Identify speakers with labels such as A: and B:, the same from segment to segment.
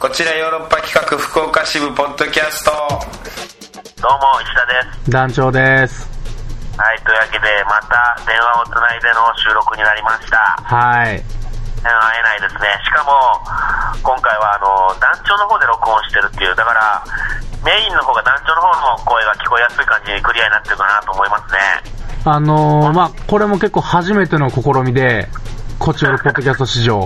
A: こちらヨーロッパ企画福岡支部ポッドキャスト
B: どうも、石田です。
C: 団長です。
B: はい、というわけで、また電話をつないでの収録になりました。
C: はい。
B: うん会えないですね。しかも、今回は、あの、団長の方で録音してるっていう、だから、メインの方が団長の方の声が聞こえやすい感じにクリアになってるかなと思いますね。
C: あのー、まあ、これも結構初めての試みで、こちらのポッドキャスト史上。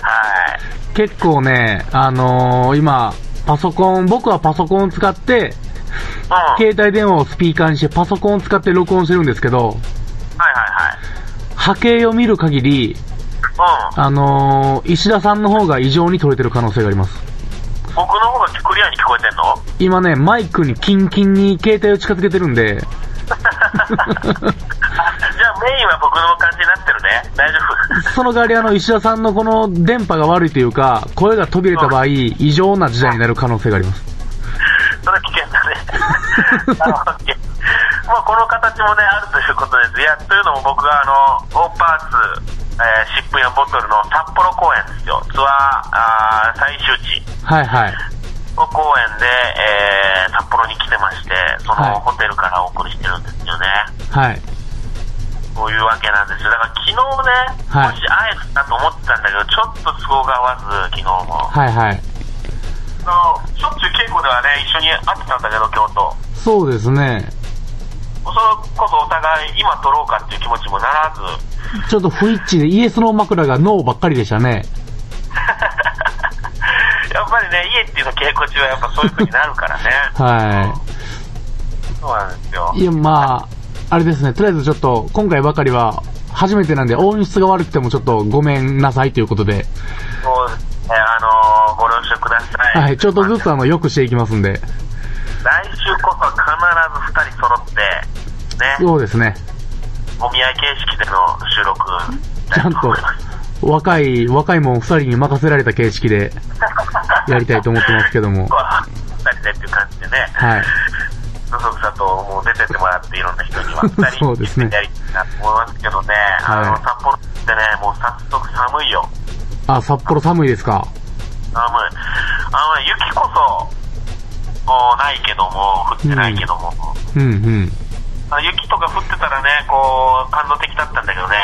B: はい。
C: 結構ね、あのー、今、パソコン、僕はパソコンを使っ
B: う
C: て、
B: ん。
C: 携帯電話をスピーカーにしてパソコンを使って録音してるんですけど、
B: はいはいはい。
C: 波形を見る限り、
B: うん。
C: あのー、石田さんの方が異常に取れてる可能性があります。
B: 僕の方がクリアに聞こえてんの
C: 今ね、マイクにキンキンに携帯を近づけてるんで、
B: あじゃあメインは僕の感じになってるね。大丈夫。
C: その代わりあの、石田さんのこの電波が悪いというか、声が途切れた場合、異常な事態になる可能性があります。
B: それ危険 だね。なるほど。まあこの形もね、あるということです。いや、というのも僕があの、オーパーツ、えー、シップやボトルの札幌公演ですよ。ツアー、あー最終地
C: はいはい。
B: の公演で、えー、札幌に来てまして、そ
C: はい
B: のホテルからお送りしてるんですよね。
C: はい。
B: そういうわけなんですよ。だから昨日ね、
C: はい
B: もし会えたと思ってたんだけど、ちょっと都合が合わず、昨日も。
C: はいはい。
B: あのしょっちゅう稽古ではね、一緒に会ってたんだけど、京都。
C: そうですね。
B: それこそお互い今撮ろうかっていう気持ちもならず、
C: ちょっと不一致でイエスの枕がノーばっかりでしたね。
B: やっぱりね、家っていうの稽古中はやっぱそういう風になるからね。
C: は
B: そうなんですよ
C: い。。いや、まあ、あれですね。とりあえずちょっと、今回ばかりは、初めてなんで、音質が悪くてもちょっとごめんなさいということで。
B: そうですね、あのーご了承ください。
C: はい。ちょっとずつあの、良くしていきますんで。
B: 来週こそ必ず二人揃って、ね、
C: そうですね。
B: お見合い形式での収録。
C: ちゃんと、若い、若いもん二人に任せられた形式で、やりたいと思ってますけど も
B: こ。う二人でっていう感じでね、
C: はい。
B: そそくさともう出てってもらって、いろんな人には二人
C: そうですね
B: やりたいなと思いますけどね、あの
C: はい
B: 札幌ってね、もう早速寒いよ。
C: あ、札幌寒いですか。
B: あのね、あのね雪こそ、もうないけども、降ってないけども、
C: うんうん。
B: あ雪とか降ってたらね、こう、感動的だったんだけどね、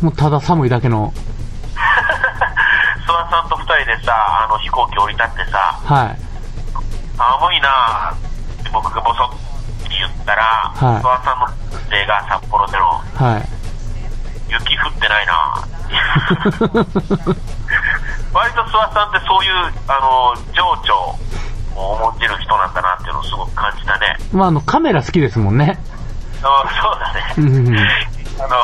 C: もうただ寒いだけの。
B: 諏訪さんと二人でさ、あの飛行機降り立ってさ、
C: はい。
B: 寒いなぁって僕がボソッて言ったら、
C: はい
B: 諏訪さんの家が札幌での、
C: はい。
B: 雪降ってないなぁ割と諏訪さんってそういう、あの、情緒を重んじる人なんだなっていうのをすごく感じたね。
C: まあ、あの、カメラ好きですもんね。
B: あそうだね。
C: うんうんうん
B: あのーね、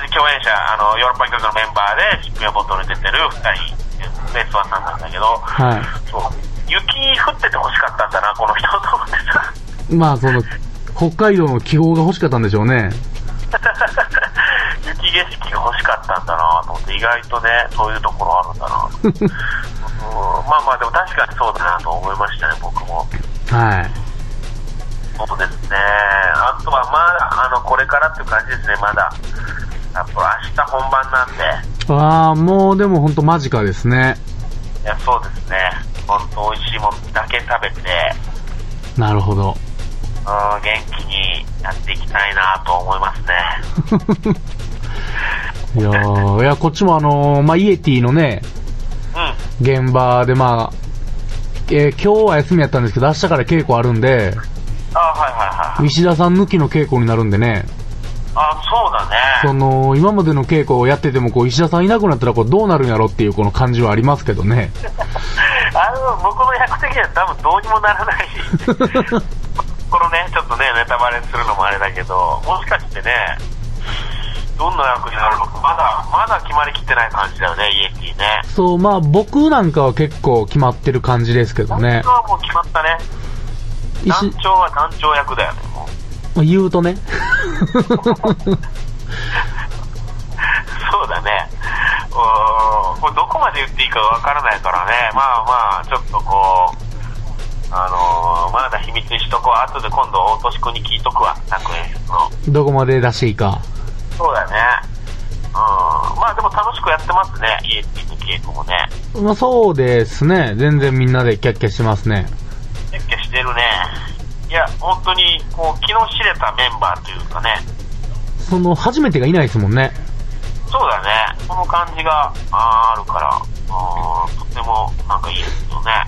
B: 同じ共演者、あの、ヨーロッパ企画のメンバーで、シップやボトルに出てる二人、ベースワンさんなんだけど、
C: は
B: そう。雪降ってて欲しかったんだな、この人 と思ってさ。
C: い。まあ、その、北海道の記号が欲しかったんでしょうね。
B: 雪景色が欲しかったんだなと思って、意外とね、そういうところあるんだな うんまあまあ、でも確かにそうだなと思いましたね、僕も。
C: はい。
B: そうですね。あとはまだ、あの、これからっていう感じですね、まだ。やっぱ明日本番なんで。
C: ああ、もうでもほんと間近ですね。
B: いや、そうですね。本当美味しいものだけ食べて、
C: なるほど。
B: うん、元気にやっていきたいなと思いますね。
C: いやーいや、こっちもあのーまあ、イエティのね、
B: う
C: 現場でまあ、えー今日は休みやったんですけど、明日から稽古あるんで、
B: ん。あはいはいはい。
C: 石田さん抜きの稽古になるんでね、
B: あそうだ
C: そ
B: ね。
C: の、今までの稽古をやってても、こう、石田さんいなくなったら、こう、どうなるんやろっていう、この感じはありますけどね。
B: あの、僕の役的には多分どうにもならない。このね、ちょっとね、ネタバレするのもあれだけど、もしかしてね、どんな役になるのか、まだ、まだ決まりきってない感じだよね、イエティね。
C: そう、まあ、僕なんかは結構決まってる感じですけど
B: 団
C: ね
B: 長。はもう決まったね。
C: 石
B: 団長は団長役だよね、もう。
C: 言うとね。
B: そうだね。うーんこれどこまで言っていいかわからないからね。まあまあ、ちょっとこう、あのーまだ秘密にしとこう。後で今度、大年君に聞いとくわ。楽園の。
C: どこまで出していいか。
B: そうだね。うん。ままあでも楽しくやってますね、家って稽古もね。
C: まあそうですね。全然みんなでキャッキャしてますね。
B: 撤去してるね。いや、本当に、こう、気の知れたメンバーというかね。
C: その、初めてがいないですもんね。
B: そうだね。その感じがあーあるから、あーとってもなんかいいですよね。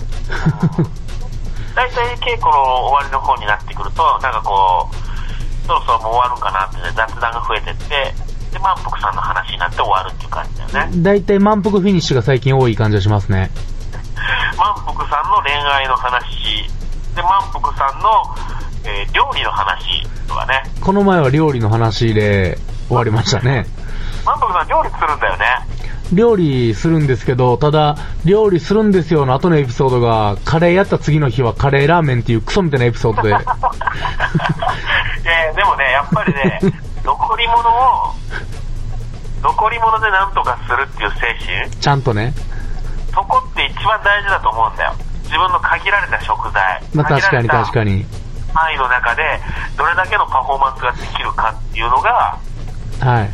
B: だいたい稽古の終わりの方になってくると、なんかこう、そろそろもう終わるかなってね、雑談が増えてって、で、満腹さんの話になって終わるっていう感じだよね。
C: だいたい満腹フィニッシュが最近多い感じがしますね。
B: 満腹さんの恋愛の話、で、満腹さんの、えー料理の話とかね。
C: この前は料理の話で終わりましたね。
B: 満腹さん料理するんだよね。
C: 料理するんですけど、ただ、料理するんですよの後のエピソードが、カレーやった次の日はカレーラーメンっていうクソみたいなエピソード で、
B: えーでもね、やっぱりね、残り物を、残り物でなんとかするっていう精神、
C: ちゃんとね。
B: そこって一番大事だと思うんだよ。自分の限られた食材、
C: まあ確かに確か
B: に
C: に。
B: 範囲の中で、どれだけのパフォーマンスができるかっていうのが、
C: はい。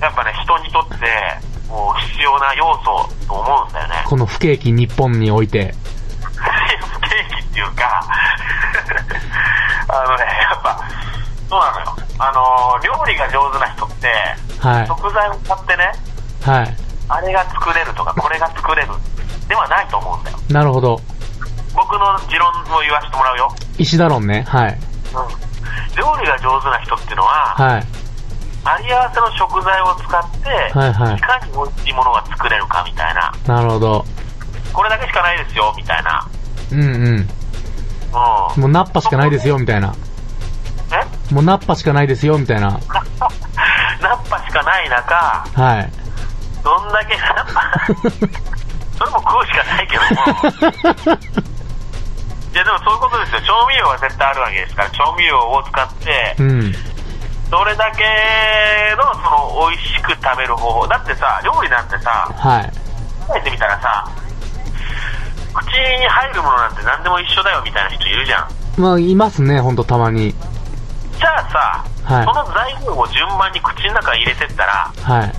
B: やっぱね、人にとって、もう必要な要素と思うんだよね。
C: この不景気日本において。
B: 不景気っていうか、 あのね、やっぱ、そうなのよ。あのー、料理が上手な人って、
C: はい。
B: 食材を買ってね、
C: はい。
B: あれが作れるとか、これが作れる、ではないと思うんだよ。
C: なるほど。
B: 僕の持論を言わせてもらうよ。
C: 石だろんね。はい。
B: 料理が上手な人っていうのは、
C: はい。
B: あり合わせの食材を使って、
C: はい
B: い
C: はい
B: かに美味しいものが作れるかみたいな、
C: なるほど。
B: これだけしかないですよ、みたいな。
C: うん
B: う
C: うん。
B: ん。
C: もうナッパしかないですよ、みたいな。
B: え
C: もうナッパしかないですよ、みたいな。
B: ナッパしかない中、
C: はい。
B: どんだけナッパ、それも食うしかないけども。いやでもそういうことですよ。調味料は絶対あるわけですから、調味料を使って
C: う、ん。
B: どれだけのその美味しく食べる方法だってさ料理なんてさ
C: はい。
B: 考えてみたらさ口に入るものなんて何でも一緒だよみたいな人いるじゃん
C: まあ、いますね、ほんとたまに。
B: じゃあさ、
C: はい
B: その材料を順番に口の中に入れてったら
C: はい。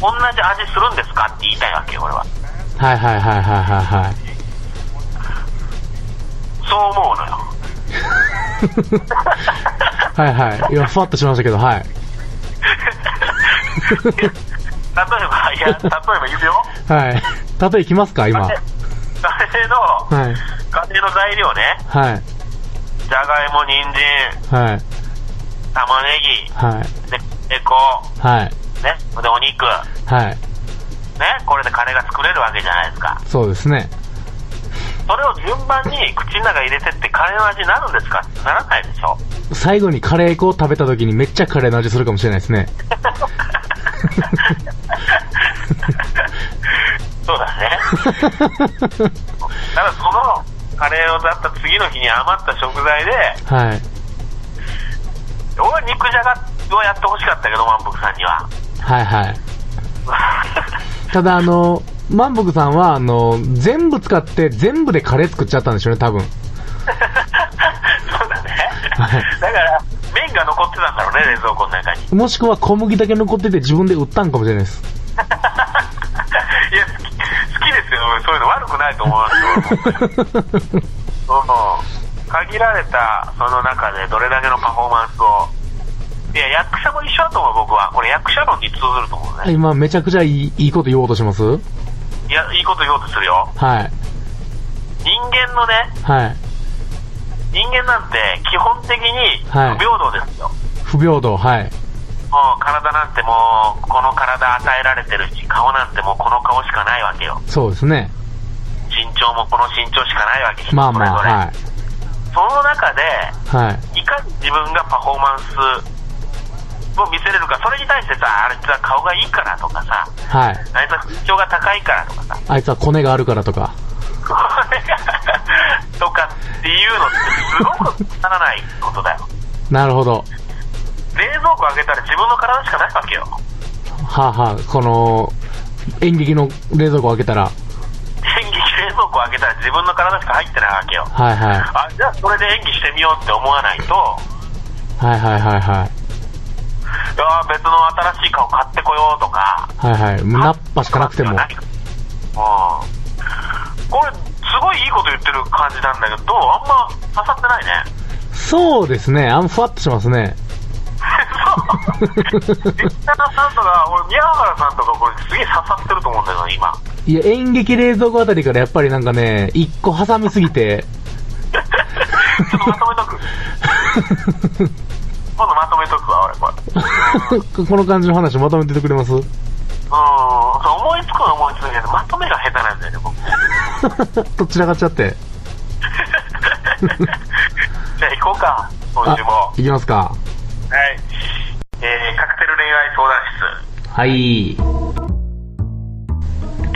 B: 同じ味するんですかって言いたいわけよ俺は
C: はいはいはいはいはいはい。
B: そう思うの よ
C: はいはい。今、ふわっとしましたけど、はい。
B: 例えばいや例えば言うよ
C: はい。 例えきますか、今。
B: カ
C: は
B: レ
C: い。
B: ーの、カレーの材料ね
C: はい。
B: じゃがいも人参
C: はい。
B: 玉ねぎ
C: はい。
B: でエコ
C: はい。
B: ねでお肉
C: はい。
B: ね、これでカレーが作れるわけじゃないですか。
C: そうですね。
B: それを順番に口の中入れてってカレーの味になるんですかならないでしょ。
C: 最後にカレー粉を食べた時にめっちゃカレーの味するかもしれないですね。
B: そうだね。ただそのカレーをだった次の日に余った食材で、
C: はい。
B: 俺は肉じゃがをやってほしかったけど、満腹さんには。
C: はいはい。ただあの、万福さんはあの、全部使って全部でカレー作っちゃったんでしょうね、多分。
B: そうだね。だから、麺が残ってたんだろうね、冷蔵庫の中に。
C: もしくは小麦だけ残ってて自分で売ったんかもしれないです。
B: いや、好き好きですよ、そういうの悪くないと思いますようん。限られたその中でどれだけのパフォーマンスを。いや、役者も一緒だと思う、僕は。これ役者論に通ずると思うね。
C: 今めちゃくちゃいいいいこと言おうとしますはい
B: や、いいこと言おうとするよ。
C: い。
B: 人間のね、
C: はい。
B: 人間なんて基本的に不
C: はい
B: 平等ですよ。
C: 不平等、はい。
B: もう体なんてもう、この体与えられてるし、顔なんてもうこの顔しかないわけよ。
C: そうですね。
B: 身長もこの身長しかないわけ
C: まあま
B: それぞれ
C: あ、
B: その中で、
C: はい。はい。
B: いかに自分がパフォーマンスを見せれるか、それに対してさ、あいつは顔がいいからとかさ、
C: は
B: あ
C: い。
B: いつは身長が高いからとかさ、
C: あいつはコネがあるからとか。
B: これがとかっていうのってすごくならないことだよ。
C: なるほど。
B: 冷蔵庫開けたら自分の体しかないわけよ。
C: はあ、はあ、この、演劇の冷蔵庫開けたら。
B: 演劇冷蔵庫開けたら自分の体しか入ってないわけよ。
C: はいは
B: あ、じゃあそれで演技してみようって思わないと、
C: い。はいはいはいはい。
B: やー別の新しい顔買ってこようとか、
C: はいはい。もうナッパしかなくても。
B: うん。これ、すごいいいこと言ってる感じなんだけど、どうあんま刺さってないね。
C: そうですね。あんまふわっとしますね。
B: そう。 リスナーさんとか、俺、宮原さんとか、これ、すげえ刺さってると思うんだけど、今。
C: いや、演劇冷蔵庫あたりからやっぱりなんかね、一個挟みすぎて、
B: ちょっとまとめとく。今度まとめとくわ、俺、これ。
C: この感じの話まとめててくれます
B: うん、そう思いつくの思いつくけど、まとめが下手なんだよね、僕。
C: と散らかっちゃって。
B: じゃあ行こうか、今
C: あ
B: 週も。は、
C: いきますか。
B: い。えー、カクテル恋愛相談室。
C: はい。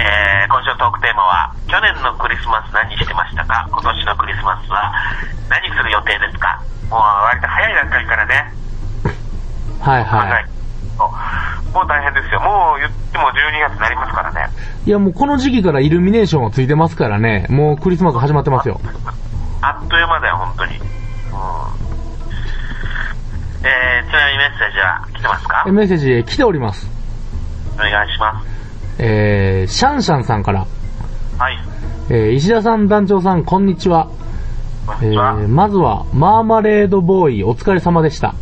B: えー、今週のトークテーマは、去年のクリスマス何してましたか今年のクリスマスは何する予定ですかもう割と早い段階からね、
C: はい
B: 考
C: は
B: え
C: い。
B: そうもう大変ですよ。もう言っても12月になりますからね。
C: いやもうこの時期からイルミネーションはついてますからね、もうクリスマス始まってますよ。
B: あっという間だよ、本当に。うん。えー、ちなみにメッセージは来てますか
C: えメッセージ来ております。
B: お願いします。
C: えー、シャンシャンさんから、
B: はい。
C: えー、石田さん団長さんこんにちは。
B: こん
C: え
B: にちは。
C: ー、まずは、マーマレードボーイお疲れ様でした。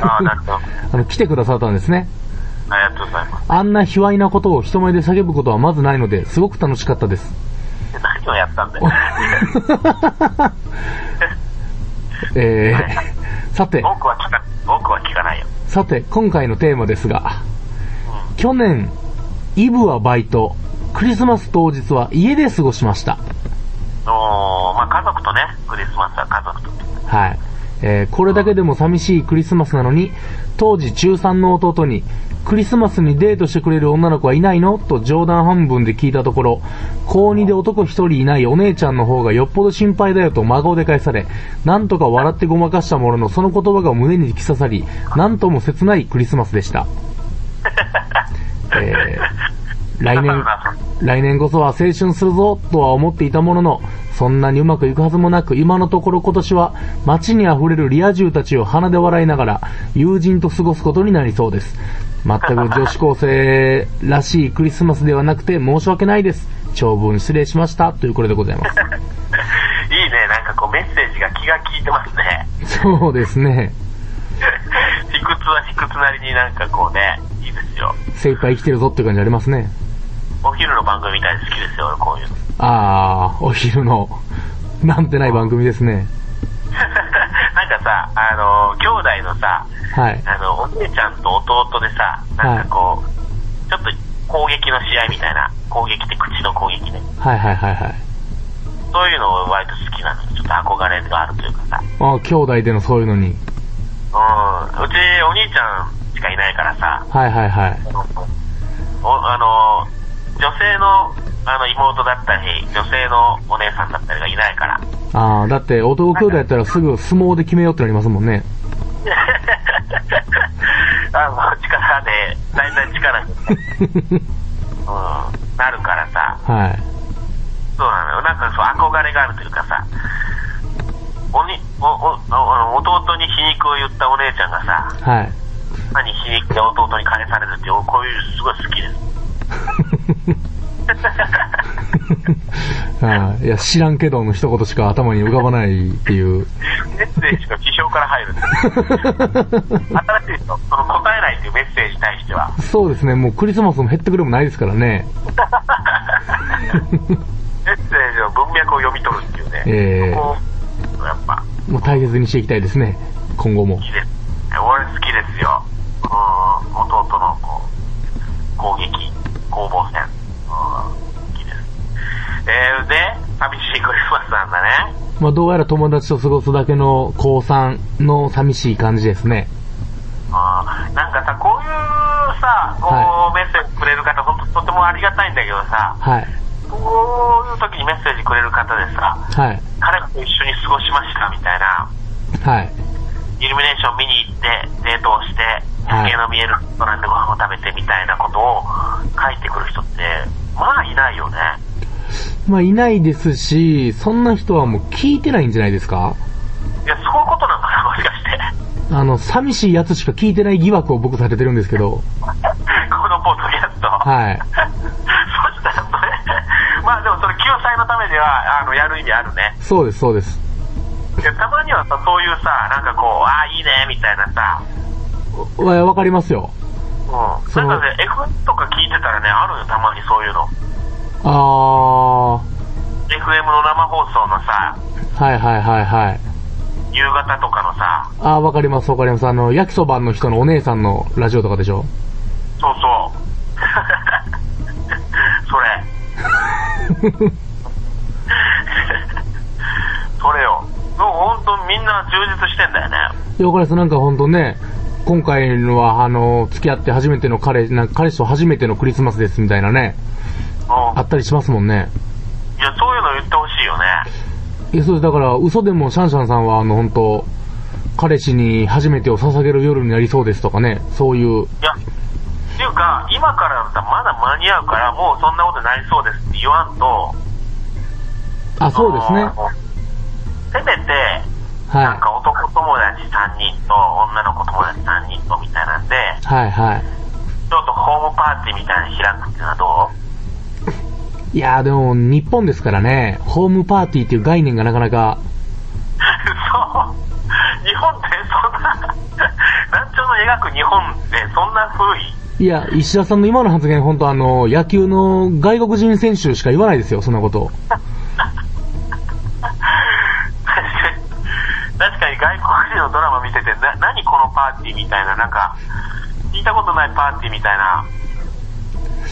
B: ああ、なるほど。
C: あの、来てくださったんですね。
B: ありがとうございます。
C: あんな卑猥なことを人前で叫ぶことはまずないので、すごく楽しかったです。
B: 何をやったん だよ。
C: えー、さて、
B: 多くは聞か、多くは聞かないよ。
C: さて、今回のテーマですが、去年、イブはバイト、クリスマス当日は家で過ごしました。
B: おー、まあ家族とね、クリスマスは家族と。
C: はい。えーこれだけでも寂しいクリスマスなのに、当時中3の弟に、クリスマスにデートしてくれる女の子はいないのと冗談半分で聞いたところ、高2で男一人いないお姉ちゃんの方がよっぽど心配だよと真顔で返され、なんとか笑ってごまかしたもののその言葉が胸に突き刺さり、なんとも切ないクリスマスでした。えー来年、来年こそは青春するぞとは思っていたものの、そんなにうまくいくはずもなく、今のところ今年は街に溢れるリア充たちを鼻で笑いながら友人と過ごすことになりそうです。全く女子高生らしいクリスマスではなくて申し訳ないです。長文失礼しました。ということでございます。
B: いいね、なんかこうメッセージが気が利いてます ね。
C: そうですね。
B: 卑屈は卑屈なりになんかこうね、いいですよ。
C: 精一杯生きてるぞっていう感じありますね。
B: お昼の番組みたいで好きですよ、俺こういうの。
C: あー、お昼の、なんてない番組ですね。
B: なんかさ、あのー、兄弟のさ、
C: はい。
B: あの、お姉ちゃんと弟でさ、なんかこう、ちょっと攻撃の試合みたいな、攻撃って口の攻撃ね。
C: はいはいはいはい。
B: そういうのを割と好きなの。ちょっと憧れがあるというかさ。
C: あー兄弟でのそういうの
B: う
C: に。
B: ん。うちお兄ちゃんしかいないからさ、
C: はいはいはい。
B: おあの、女性の、あの、妹だったり、女性のお姉さんだったりがいないから。
C: ああ、だって男兄弟やったらすぐ相撲で決めようってなりますもんね。
B: あの、力で、大体力で、うん、なるからさ、
C: はい。
B: そうなのよ。なんかそう、憧れがあるというかさ、おに、お、お、お弟に皮肉を言ったお姉ちゃんがさ、
C: はい。
B: 何皮肉で弟に返されるっていう、こういう、すごい好きです。
C: はい。いや、知らんけどの一言しか頭に浮かばないっていう。
B: メッセージの批評から入るんです 新しい人、その答えないっていうメッセージに対しては、
C: そうですね、もうクリスマスも減ってくれもないですからね。
B: メッセージの文脈を読み取るっていうね、
C: ええ
B: そこを、やっぱ、
C: もう大切にしていきたいですね。今後も
B: 好。きです。俺好きですよ。うーん、弟のこう攻撃、攻防戦。うーん、好きです。えー、で、寂しいクリスマスなんだね。
C: まあ、どうやら友達と過ごすだけの高3の寂しい感じですね。
B: うん、なんかさ、こういうさ、こう、
C: は
B: メッセージくれる方、ほんととてもありがたいんだけどさ、
C: はい。
B: こういう時にメッセージくれる方でさ、
C: はい。
B: 彼と一緒に過ごしましたみたいな、
C: はい。
B: イルミネーション見に行って、デートをして、
C: は
B: 夜
C: い
B: 景の見えるレストランでご飯を食べてみたいなことを書いてくる人って、まあいないよね。
C: まあ、いないですし、そんな人はもう聞いてないんじゃないですか
B: いや、そういうことなのかな、もしかして。
C: あの、寂しいやつしか聞いてない疑惑を僕されてるんですけど、
B: このポッドキャスト。
C: はい。
B: そしたらそれ、まあでもそれ救済のためには、あの、やる意味あるね。
C: そうです、そうです。
B: でたまにはさ、そういうさ、なんかこう、ああ、いいね、みたいなさ、
C: わ、わかりますよ。
B: うん。
C: そう
B: なんかね、FM とか聞いてたらね、あるよ、たまにそういうの。
C: あ
B: FM の生放送のさ、
C: ー、はいはいはいはい。
B: 夕方とかのさ、
C: あー、わかります、わかります。あの、焼きそばの人のお姉さんのラジオとかでしょ
B: そうそう。 それ。 それよ。もう本当みんな充実してんだよね。
C: いや、わかります。なんかほんとね、今回のは、あの、付き合って初めての彼、なんか彼氏と初めてのクリスマスですみたいなね、
B: うん
C: あ。ったりしますもんね。
B: いや、そういうの言ってほしいよね。
C: いや、そうです。だから、嘘でもシャンシャンさんは、あの、ほんと、彼氏に初めてを捧げる夜になりそうですとかね、そういう、
B: いや、っていうか、今からだったらまだ間に合うから、もうそんなことないそうですって言わんと、
C: あ、そうですね
B: あ。の。せめて、な
C: は
B: んか男友達3人と、女の子友達3人とみたいなんで、
C: い。はいはい。
B: ちょっとホームパーティーみたいに開くっていうのはどう
C: いやーでも、日本ですからね、ホームパーティーっていう概念がなかなか、
B: そう。日本ってそんな、 南朝の描く日本ってそんな古い
C: いや、石田さんの今の発言、ほんとあの、野球の外国人選手しか言わないですよ、そんなこと。
B: 確かに 確かに外国人のドラマ見てて、な、何このパーティーみたいな、なんか、聞いたことないパーティーみたいな、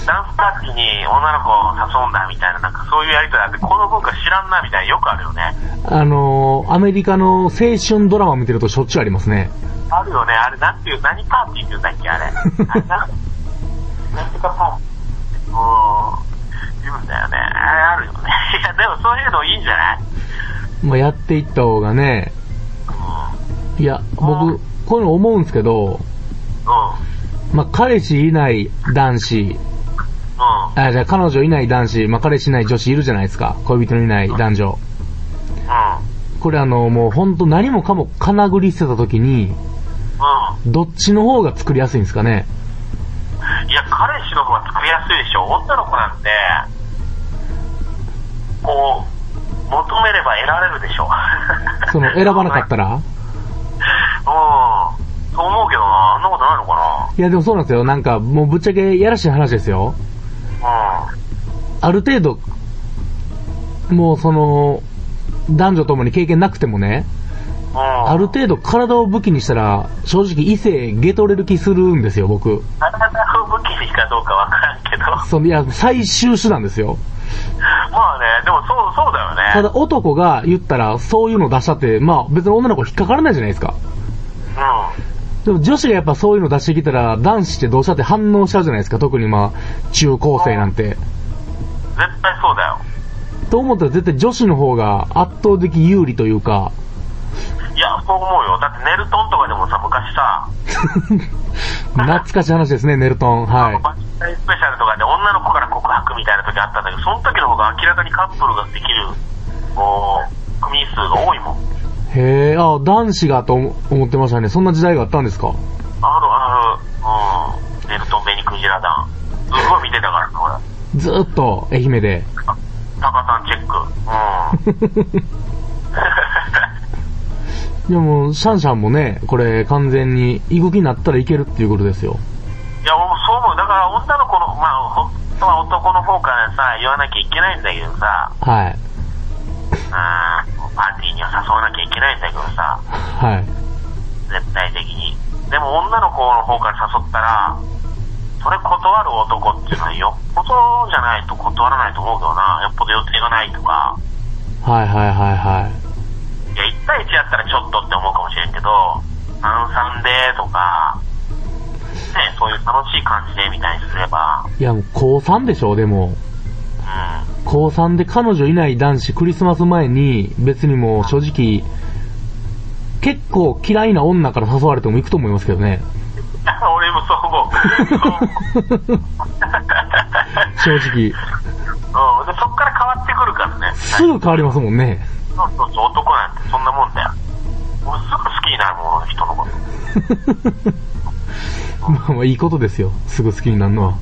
B: ダンスパーティーに女の子を誘うんだみたいな、なんかそういうやりとりあって、この文化知らんなみたいな、よくあるよね。
C: あのー、アメリカの青春ドラマ見てるとしょっちゅうありますね。
B: あるよね、あれ、なんていう、何パーティーって言うんだっけ、あれ。あれなんなんとかパーティー。もうん、言うんだよね。あれあるよね。いや、でもそういうのいいんじゃない
C: まあ、やっていった方がね、いや、僕、こういうの思うんですけ
B: う
C: ど、まあ、彼氏いない男子、
B: ん、うん、
C: あ、じゃあ彼女いない男子、まあ、彼氏いない女子いるじゃないですか。恋人のいない男女。
B: うん、
C: これあの、もうほんと何もかも金繰り捨てた時に、
B: うん。
C: どっちの方が作りやすいんですかね。
B: いや、彼氏の方が作りやすいでしょ。女の子なんて、こう、求めれば得られるでしょ。
C: その、選ばなか ったら
B: うん。と思うけどな、あんなことないのか
C: いや、でもそうなんですよ。なんか、もうぶっちゃけやらしい話ですよ。
B: な。うん。
C: ある程度、もうその、男女ともに経験なくてもね、
B: うん。
C: ある程度体を武器にしたら、正直異性ゲトれる気するんですよ、僕。
B: 体を武器にかどうかわからんけど。
C: その、いや、最終手段ですよ。
B: まあね、でもそう、そうだよ
C: た
B: ね。
C: だ男が言ったら、そういうの出したって、まあ別に女の子引っかからないじゃないですか。
B: う
C: でも女子がやっぱそういうの出してきたら、男子ってどうしたって反応しちゃうじゃないですか、特にまあ、中高生なんて。
B: ん。絶対そうだよ。
C: と思ったら絶対女子の方が圧倒的有利というか、
B: いや、そう思うよ。だってネルトンとかでもさ、昔さ、
C: 懐かしい話ですね、ネルトン。はい。
B: バチタイスペシャルとかで女の子から告白みたいな時あったんだけど、その時の方が明らかにカップルができる、こう、組数が多いもん。
C: へえ、あ、男子がと思思ってましたね。そんな時代があったんですか
B: あるある、うん。ネルトン・ベニクジラ団。すごい見てたからな、俺。
C: ずーっと愛媛で。
B: タカさんチェック。うん。
C: でも、シャンシャンもね、これ完全に行く気になったらいけるっていうことですよ。
B: いや、俺もそう思う。だから女の子の、まあ、ほんまあ男の方からさ、言わなきゃいけないんだけどさ、
C: はい。
B: うん、パーティーには誘わなきゃいけないんだけどさ、
C: はい。
B: 絶対的に。でも女の子の方から誘ったら、それ断る男っていうのはよっぽどじゃないと断らないと思うけどな。よっぽど予定がないとか。
C: はいはいはいはい
B: や、1対1やったらちょっとって思うかもしれんけど、三三でとか、ね、そういう楽しい感じでみたいにすれば、
C: い。いや、もう高3でしょ、でも。
B: うん。
C: 高3で彼女いない男子、クリスマス前に、別にもう正直、結構嫌いな女から誘われても行くと思いますけどね。
B: 俺もそう思う。うん。
C: 正直。
B: で、そっから変わってくるからね。
C: すぐ変わりますもんね。
B: そうそうそう、男なんてそんなもんだよ。俺すぐ好ききになるもの、人のこと。
C: まあまあいいことですよ。すぐ好きになるのは。
B: うん。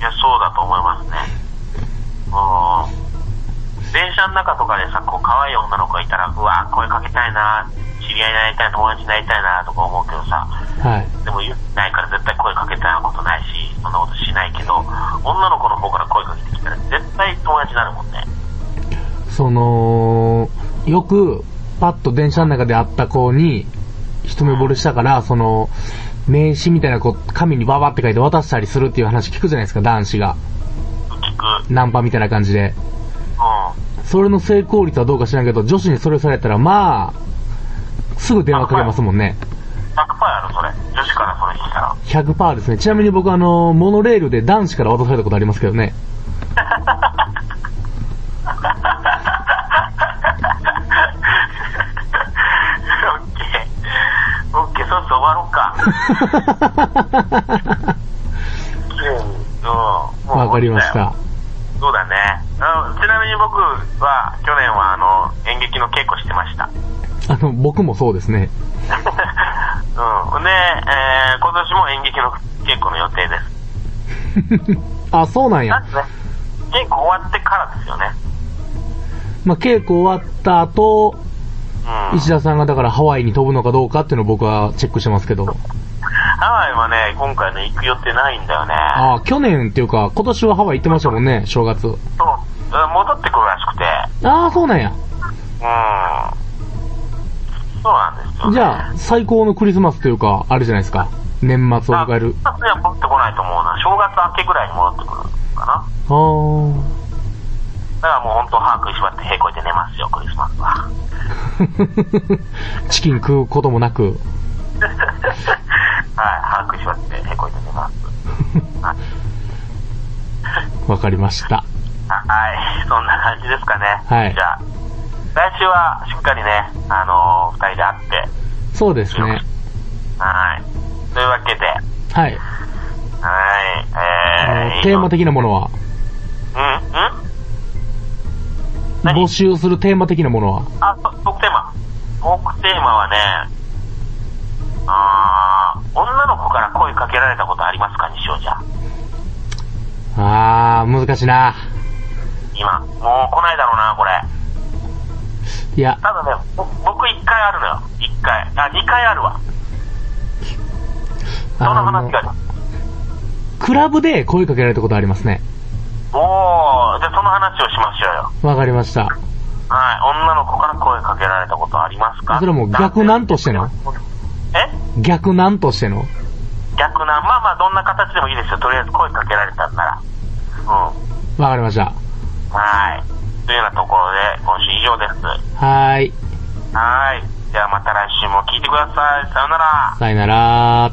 B: いや、そうだと思いますね。うん。電車の中とかでさ、こう、可愛い女の子がいたら、うわ、声かけたいな、知り合いになりたい、友達になりたいな、とか思うけどさ、
C: はい。
B: でも言ってないから絶対声かけたことないし、そんなことしないけど、女の子の方から声かけてきたら、絶対友達になるもんね。
C: その、よく、パッと電車の中で会った子に、一目惚れしたから、その、名刺みたいなこう紙にババって書いて渡したりするっていう話聞くじゃないですか、男子が。
B: 聞く。
C: ナンパみたいな感じで。
B: う
C: それの成功率はどうか知らんけど、女子にそれされたら、まあ、すぐ電話かけますもんね。
B: ん。100%やろ、それ。女子からそれ聞いたら。
C: 100%ですね。ちなみに僕あの、モノレールで男子から渡されたことありますけどね。
B: オッケー。オッケー、そろそろ終わろう か。うん。
C: わかりました。。
B: そうだね。あのちなみに僕は、去年はあの、演劇の稽古してました。
C: あの、僕もそうですね。
B: うん。で、えー、今年も演劇の稽古の予定です。
C: あ、そうな
B: な
C: ん
B: ん
C: や。
B: ですね。稽古終わってからですよね。
C: まあ、稽古終わった後、
B: うん。
C: 石田さんがだからハワイに飛ぶのかどうかっていうのを僕はチェックしてますけど。
B: ハワイはね、今回ね、行く予定ないんだよね。
C: ああ、去年っていうか、今年はハワイ行ってましたもんね、正月。
B: そう。うん戻ってくるらしくて。
C: ああ、そうなんや。
B: うん。そうなんですよ、ね。
C: じゃあ、最高のクリスマスというか、あるじゃないですか。年末を迎える。
B: あいや戻ってこないと思うな。正月明けぐらいに戻ってくるかな。
C: ああ。
B: だからもう本当、歯食いしばって平行で寝ますよ、クリスマスは。
C: チキン食うこともなく。
B: はい、歯食いしばって平行で寝ます。
C: わかりました。
B: あはい、そんな感じですかね。
C: はい
B: じゃあ、来週はしっかりね、あのー二人で会って。
C: そうですね。
B: はい。というわけで、
C: はい。
B: はい、えー、
C: テーマ的なものは
B: うん、うん何
C: 募集するテーマ的なものは
B: あ、トークテーマ。トークテーマはね、あー、女の子から声かけられたことありますか、西尾ちゃん。
C: あー、難しいな。
B: 今。もう来ないだろうな、これ。
C: いや、
B: ただね、ぼ僕1回あるのよ。1回。あ、2回あるわ。どの
C: あ
B: 話がある
C: クラブで声かけられたことありますね。
B: おー、じゃあその話をしましょうよ。
C: わかりました。
B: はい。女の子から声かけられたことありますか
C: それはもう逆なんとしての
B: え
C: 逆なんとしての
B: 逆なんまあまあ、どんな形でもいいですよ。とりあえず声かけられたんなら。うん。
C: わかりました。
B: はい。というようなところで、今週以上です。
C: はーい。
B: はい。じゃあまた来週も聞いてください。さようなら。
C: さよなら